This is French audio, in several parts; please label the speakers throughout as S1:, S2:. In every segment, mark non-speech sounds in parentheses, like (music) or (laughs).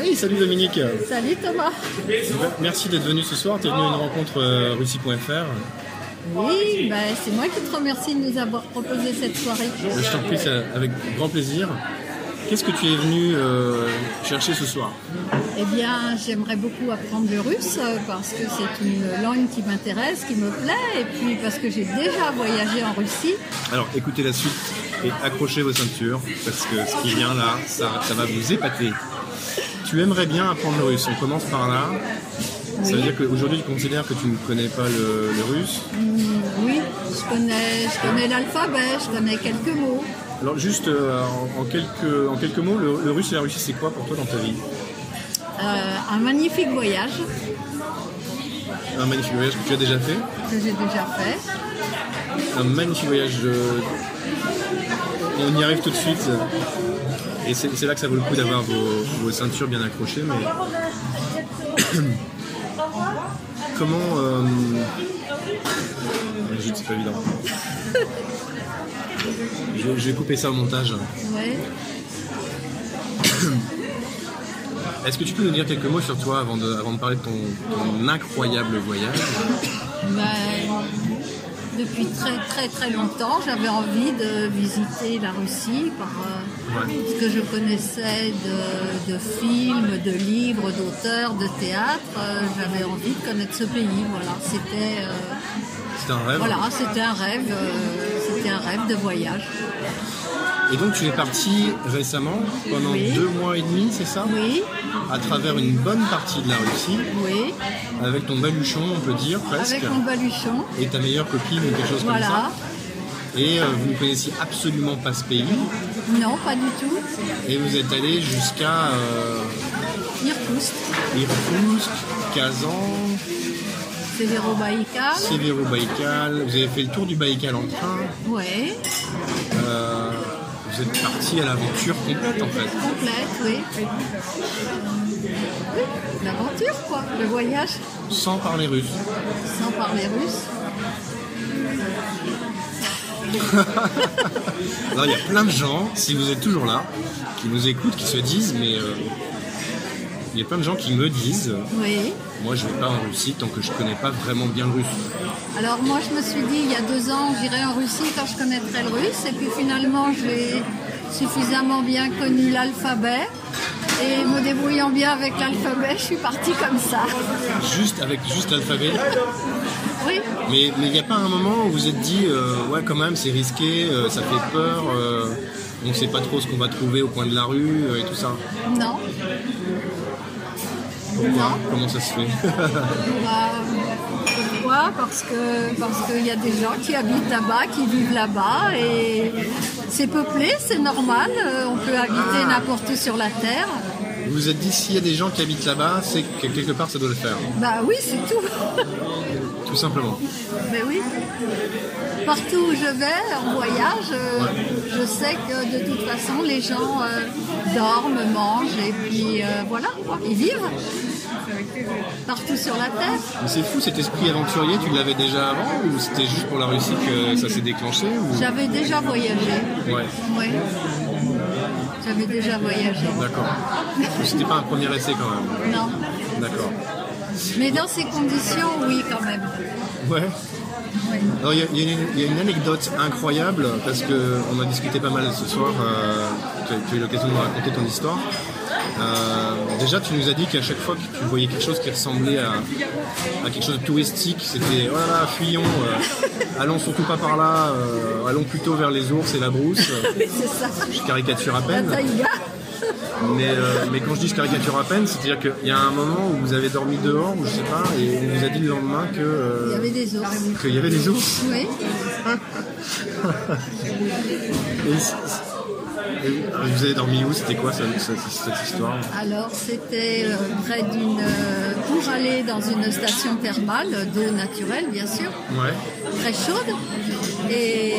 S1: Hey, salut Dominique.
S2: Salut Thomas.
S1: Merci d'être venu ce soir. Tu es venu à une rencontre euh, russie.fr.
S2: Oui, bah, c'est moi qui te remercie de nous avoir proposé cette soirée.
S1: Je t'en prie, c'est avec grand plaisir. Qu'est-ce que tu es venu euh, chercher ce soir
S2: Eh bien, j'aimerais beaucoup apprendre le russe euh, parce que c'est une langue qui m'intéresse, qui me plaît, et puis parce que j'ai déjà voyagé en Russie.
S1: Alors écoutez la suite et accrochez vos ceintures parce que ce qui vient là, ça, ça va vous épater. Tu aimerais bien apprendre le russe, on commence par là. Ça veut
S2: Oui.
S1: dire qu'aujourd'hui tu considères que tu ne connais pas le, le russe.
S2: Oui, je connais, je connais l'alphabet, je connais quelques mots.
S1: Alors juste euh, en, en quelques, en quelques mots, le, le russe et la Russie c'est quoi pour toi dans ta vie
S2: Euh, un magnifique voyage
S1: Un magnifique voyage que tu as déjà fait
S2: que j'ai déjà fait.
S1: un magnifique voyage. euh, On y arrive tout de suite. Et c'est c'est là que ça vaut le coup d'avoir vos, vos ceintures bien accrochées. Mais (coughs) comment euh, euh, zut, c'est pas évident. Je, je vais couper ça au montage.
S2: Ouais.
S1: Est-ce que tu peux nous dire quelques mots sur toi avant de, avant de parler de ton, ton incroyable voyage
S2: Ben, depuis très très très longtemps, j'avais envie de visiter la Russie par euh,
S1: Ouais.
S2: ce que je connaissais de, de films, de livres, d'auteurs, de théâtre. Euh, j'avais envie de connaître ce pays. Voilà, c'était euh,
S1: C'était un rêve.
S2: voilà, c'était un rêve, euh, c'était un rêve de voyage.
S1: Et donc tu es parti récemment, pendant
S2: Oui.
S1: deux mois et demi, c'est ça
S2: Oui,
S1: à travers une bonne partie de la Russie,
S2: oui,
S1: avec ton baluchon, on peut dire presque,
S2: avec mon baluchon.
S1: et ta meilleure copine ou quelque chose
S2: Voilà.
S1: comme ça. Et euh, vous ne connaissiez absolument pas ce pays,
S2: Non, pas du tout.
S1: et vous êtes allé jusqu'à euh,
S2: Irkoutsk,
S1: Irkoutsk, Kazan,
S2: Severobaïkal.
S1: Sévéro-Baïkal, vous avez fait le tour du Baïkal en train,
S2: Oui,
S1: euh, vous êtes parti à l'aventure complète en fait.
S2: complète, oui. Oui, L'aventure, quoi. Le voyage
S1: Sans parler russe.
S2: sans parler russe.
S1: Alors il y a plein de gens, si vous êtes toujours là, qui nous écoutent, qui se disent, mais euh, il y a plein de gens qui me disent,
S2: Oui.
S1: Moi, je vais pas en Russie tant que je connais pas vraiment bien le russe.
S2: Alors moi, je me suis dit, il y a deux ans, j'irai en Russie quand je connaîtrai le russe. Et puis finalement, j'ai suffisamment bien connu l'alphabet. Et me débrouillant bien avec l'alphabet, je suis partie comme ça. (laughs)
S1: Juste avec juste l'alphabet.
S2: Oui.
S1: Mais il n'y a pas un moment où vous êtes dit, euh, ouais, quand même, c'est risqué, euh, ça fait peur, euh, on sait pas trop ce qu'on va trouver au coin de la rue euh, et tout ça.
S2: Non.
S1: Pourquoi
S2: Non.
S1: Comment ça se fait (laughs)
S2: Bah, pourquoi Parce que parce qu'il y a des gens qui habitent là-bas, qui vivent là-bas et c'est peuplé, c'est normal. euh, On peut habiter n'importe où sur la terre.
S1: Vous vous êtes dit, s'il y a des gens qui habitent là-bas, c'est que quelque part ça doit le faire,
S2: Bah oui, c'est tout. (laughs)
S1: tout simplement.
S2: Mais Ben oui. Partout où je vais en voyage, euh, je sais que de toute façon les gens euh, dorment, mangent et puis euh, voilà, quoi. ils vivent partout sur la terre.
S1: Mais c'est fou, cet esprit aventurier, tu l'avais déjà avant ou c'était juste pour la Russie que ça s'est déclenché ou...
S2: J'avais déjà voyagé.
S1: Ouais,
S2: Oui. J'avais déjà voyagé.
S1: d'accord. C'était pas un premier essai quand même.
S2: Non.
S1: D'accord.
S2: Mais dans ces conditions, oui, quand même. (laughs)
S1: Ouais. Alors, Il y, a- il y a une- il y a une anecdote incroyable parce que on a discuté pas mal ce soir. euh, tu, as, tu as eu l'occasion de me raconter ton histoire. Euh, déjà, tu nous as dit qu'à chaque fois que tu voyais quelque chose qui ressemblait à, à quelque chose de touristique, c'était oh là là, fuyons, euh, allons surtout pas par là, euh, allons plutôt vers les ours et la brousse.
S2: C'est ça.
S1: Je caricature à
S2: La
S1: peine.
S2: taïga.
S1: Mais, euh, mais quand je dis je caricature à peine, c'est-à-dire qu'il y a un moment où vous avez dormi dehors, ou je sais pas, et on vous a dit le lendemain que
S2: Il y
S1: euh,
S2: avait des ours.
S1: qu'il y avait des ours.
S2: Oui.
S1: Et c- c- et vous avez dormi où C'était quoi ça- ça- cette, histoire
S2: Alors, c'était euh, près d'une. euh, pour aller dans une station thermale, d'eau naturelle, bien sûr,
S1: Ouais.
S2: très chaude, et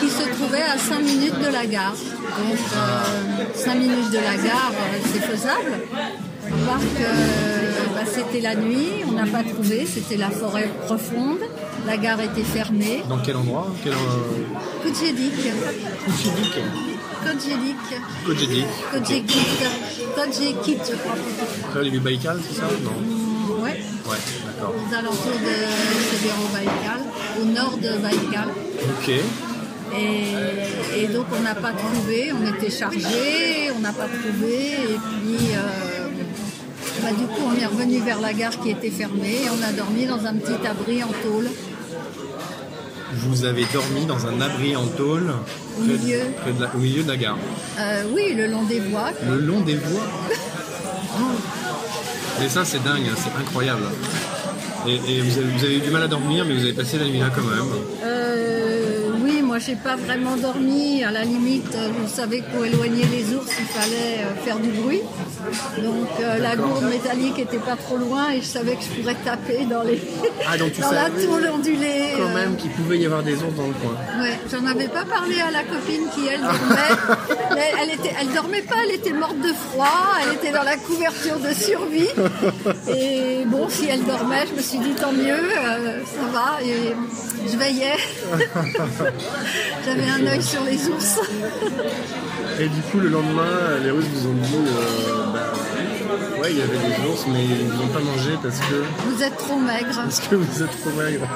S2: qui se trouvait à 5 minutes de la gare. Donc, 5 minutes de la gare, euh, c'est faisable. Parce que euh, bah, c'était la nuit, on n'a pas trouvé, c'était la forêt profonde, la gare était fermée.
S1: Dans quel endroit Quel euh,
S2: Koudjedik,
S1: Koutchindik
S2: Kojelik.
S1: Kojedi.
S2: Kojekit. Kojekit, je crois.
S1: Près du Baïkal, c'est ça Non.
S2: Mm, Ouais.
S1: Ouais, d'accord.
S2: Aux alentours de Sébéro-Baïkal, au nord de Baïkal.
S1: Ok.
S2: Et, et donc on n'a pas trouvé, on était chargé, on n'a pas trouvé. Et puis euh, bah, du coup on est revenu vers la gare qui était fermée et on a dormi dans un petit abri en tôle.
S1: Vous avez dormi dans un abri en tôle
S2: Au
S1: près-
S2: milieu.
S1: près de la- au milieu de la gare.
S2: Euh, oui, le long des voies.
S1: Le long des
S2: (laughs)
S1: voies. Et ça, c'est dingue, hein, c'est incroyable. Et, et vous, avez, vous avez eu du mal à dormir, mais vous avez passé la nuit là quand même.
S2: Euh, oui, moi j'ai pas vraiment dormi. À la limite, euh, vous savez que pour éloigner les ours, il fallait euh, faire du bruit. Donc euh, la gourde métallique était pas trop loin et je savais que je pourrais taper dans les
S3: Ah, donc tu
S2: (laughs) dans la
S3: savais
S2: tôle ondulée.
S3: Quand
S2: euh,
S3: même qu'il pouvait y avoir des ours dans le coin.
S2: Ouais, j'en avais pas parlé à la copine qui elle dormait. elle, elle était, elle dormait pas, elle était morte de froid, elle était dans la couverture de survie. Et bon, si elle dormait, je me suis dit tant mieux, euh, ça va. Et je veillais. J'avais un œil sur les ours.
S3: Et du coup, le lendemain, les Russes vous ont dit euh, bah, Ouais, il y avait des ours, mais ils ne ont pas mangé parce que,
S2: Vous êtes trop maigre.
S3: parce que vous êtes trop maigre.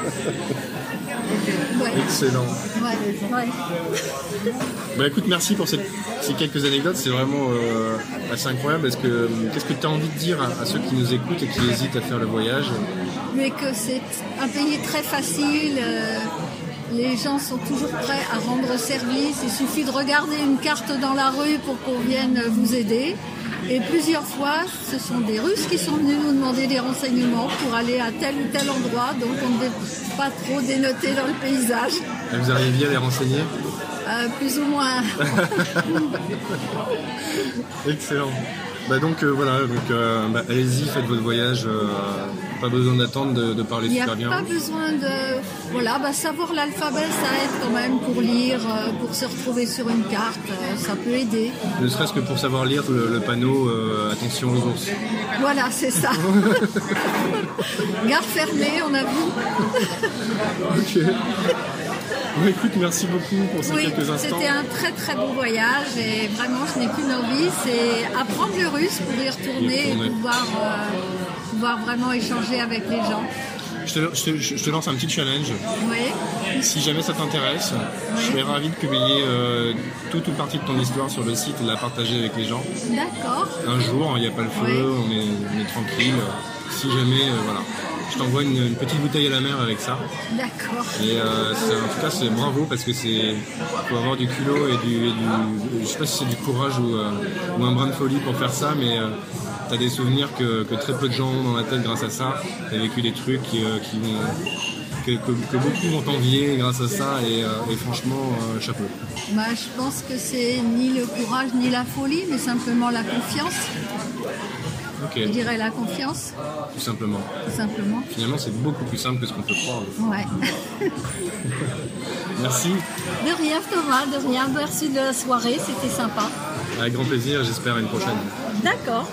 S2: Ouais,
S3: Excellent.
S2: ouais, ouais.
S1: Bah écoute, merci pour cette- ces quelques anecdotes, c'est vraiment euh, assez incroyable. Parce que euh, qu'est-ce que tu as envie de dire à, à ceux qui nous écoutent et qui hésitent à faire le voyage
S2: mais que c'est un pays très facile. euh, les gens sont toujours prêts à rendre service. Il suffit de regarder une carte dans la rue pour qu'on vienne vous aider. Et plusieurs fois, ce sont des Russes qui sont venus nous demander des renseignements pour aller à tel ou tel endroit. Donc on ne devait pas trop dénoter dans le paysage,
S1: Et Vous arriviez à les renseigner
S2: Euh, plus ou moins.
S1: Excellent. Bah donc euh, voilà, donc euh, bah, allez-y, faites votre voyage. euh, pas besoin d'attendre de, de parler
S2: Il n'y a
S1: super bien.
S2: pas besoin de... Voilà, bah, savoir l'alphabet, ça aide quand même pour lire, euh, pour se retrouver sur une carte. euh, Ça peut aider.
S1: Ne serait-ce que pour savoir lire le, le panneau euh, Attention aux ours.
S2: Voilà,
S1: (laughs)
S2: c'est ça. Gare fermée, on a vu.
S1: Ok. Bah, écoute, merci beaucoup pour ces
S2: Oui,
S1: quelques instants.
S2: c'était un très très beau voyage et vraiment, je n'ai qu'une envie, c'est apprendre le russe pour y retourner et
S1: retourner.
S2: pouvoir, euh, pouvoir vraiment échanger avec les gens.
S1: Je te, je te- je te lance un petit challenge.
S2: Oui,
S1: Si jamais ça t'intéresse, je serais ravi de publier euh, toute ou partie de ton histoire sur le site et de la partager avec les gens.
S2: d'accord.
S1: Un jour, hein, il n'y a pas le feu,
S2: Ouais.
S1: on, est, on est tranquille. Si jamais, euh, voilà. Je t'envoie une, une petite bouteille à la mer avec ça.
S2: D'accord.
S1: Et euh, c'est- en tout cas, c'est bravo parce que c'est. faut avoir du culot et du. et du- je sais pas si c'est du courage ou, euh, ou un brin de folie pour faire ça, mais euh, t'as des souvenirs que, que très peu de gens ont dans la tête grâce à ça. T'as vécu des trucs qui, euh, qui vont- que, que- que beaucoup vont t'envier grâce à ça et, euh, et franchement, euh, chapeau.
S2: Bah, je pense que c'est ni le courage ni la folie, mais simplement la confiance.
S1: Ok,
S2: Je dirais la confiance,
S1: tout simplement.
S2: tout simplement.
S1: Finalement, c'est beaucoup plus simple que ce qu'on peut croire.
S2: Ouais. (laughs)
S1: Merci,
S2: De rien, Thomas, de rien. Merci de la soirée, c'était sympa.
S1: avec grand plaisir, j'espère à une prochaine.
S2: D'accord.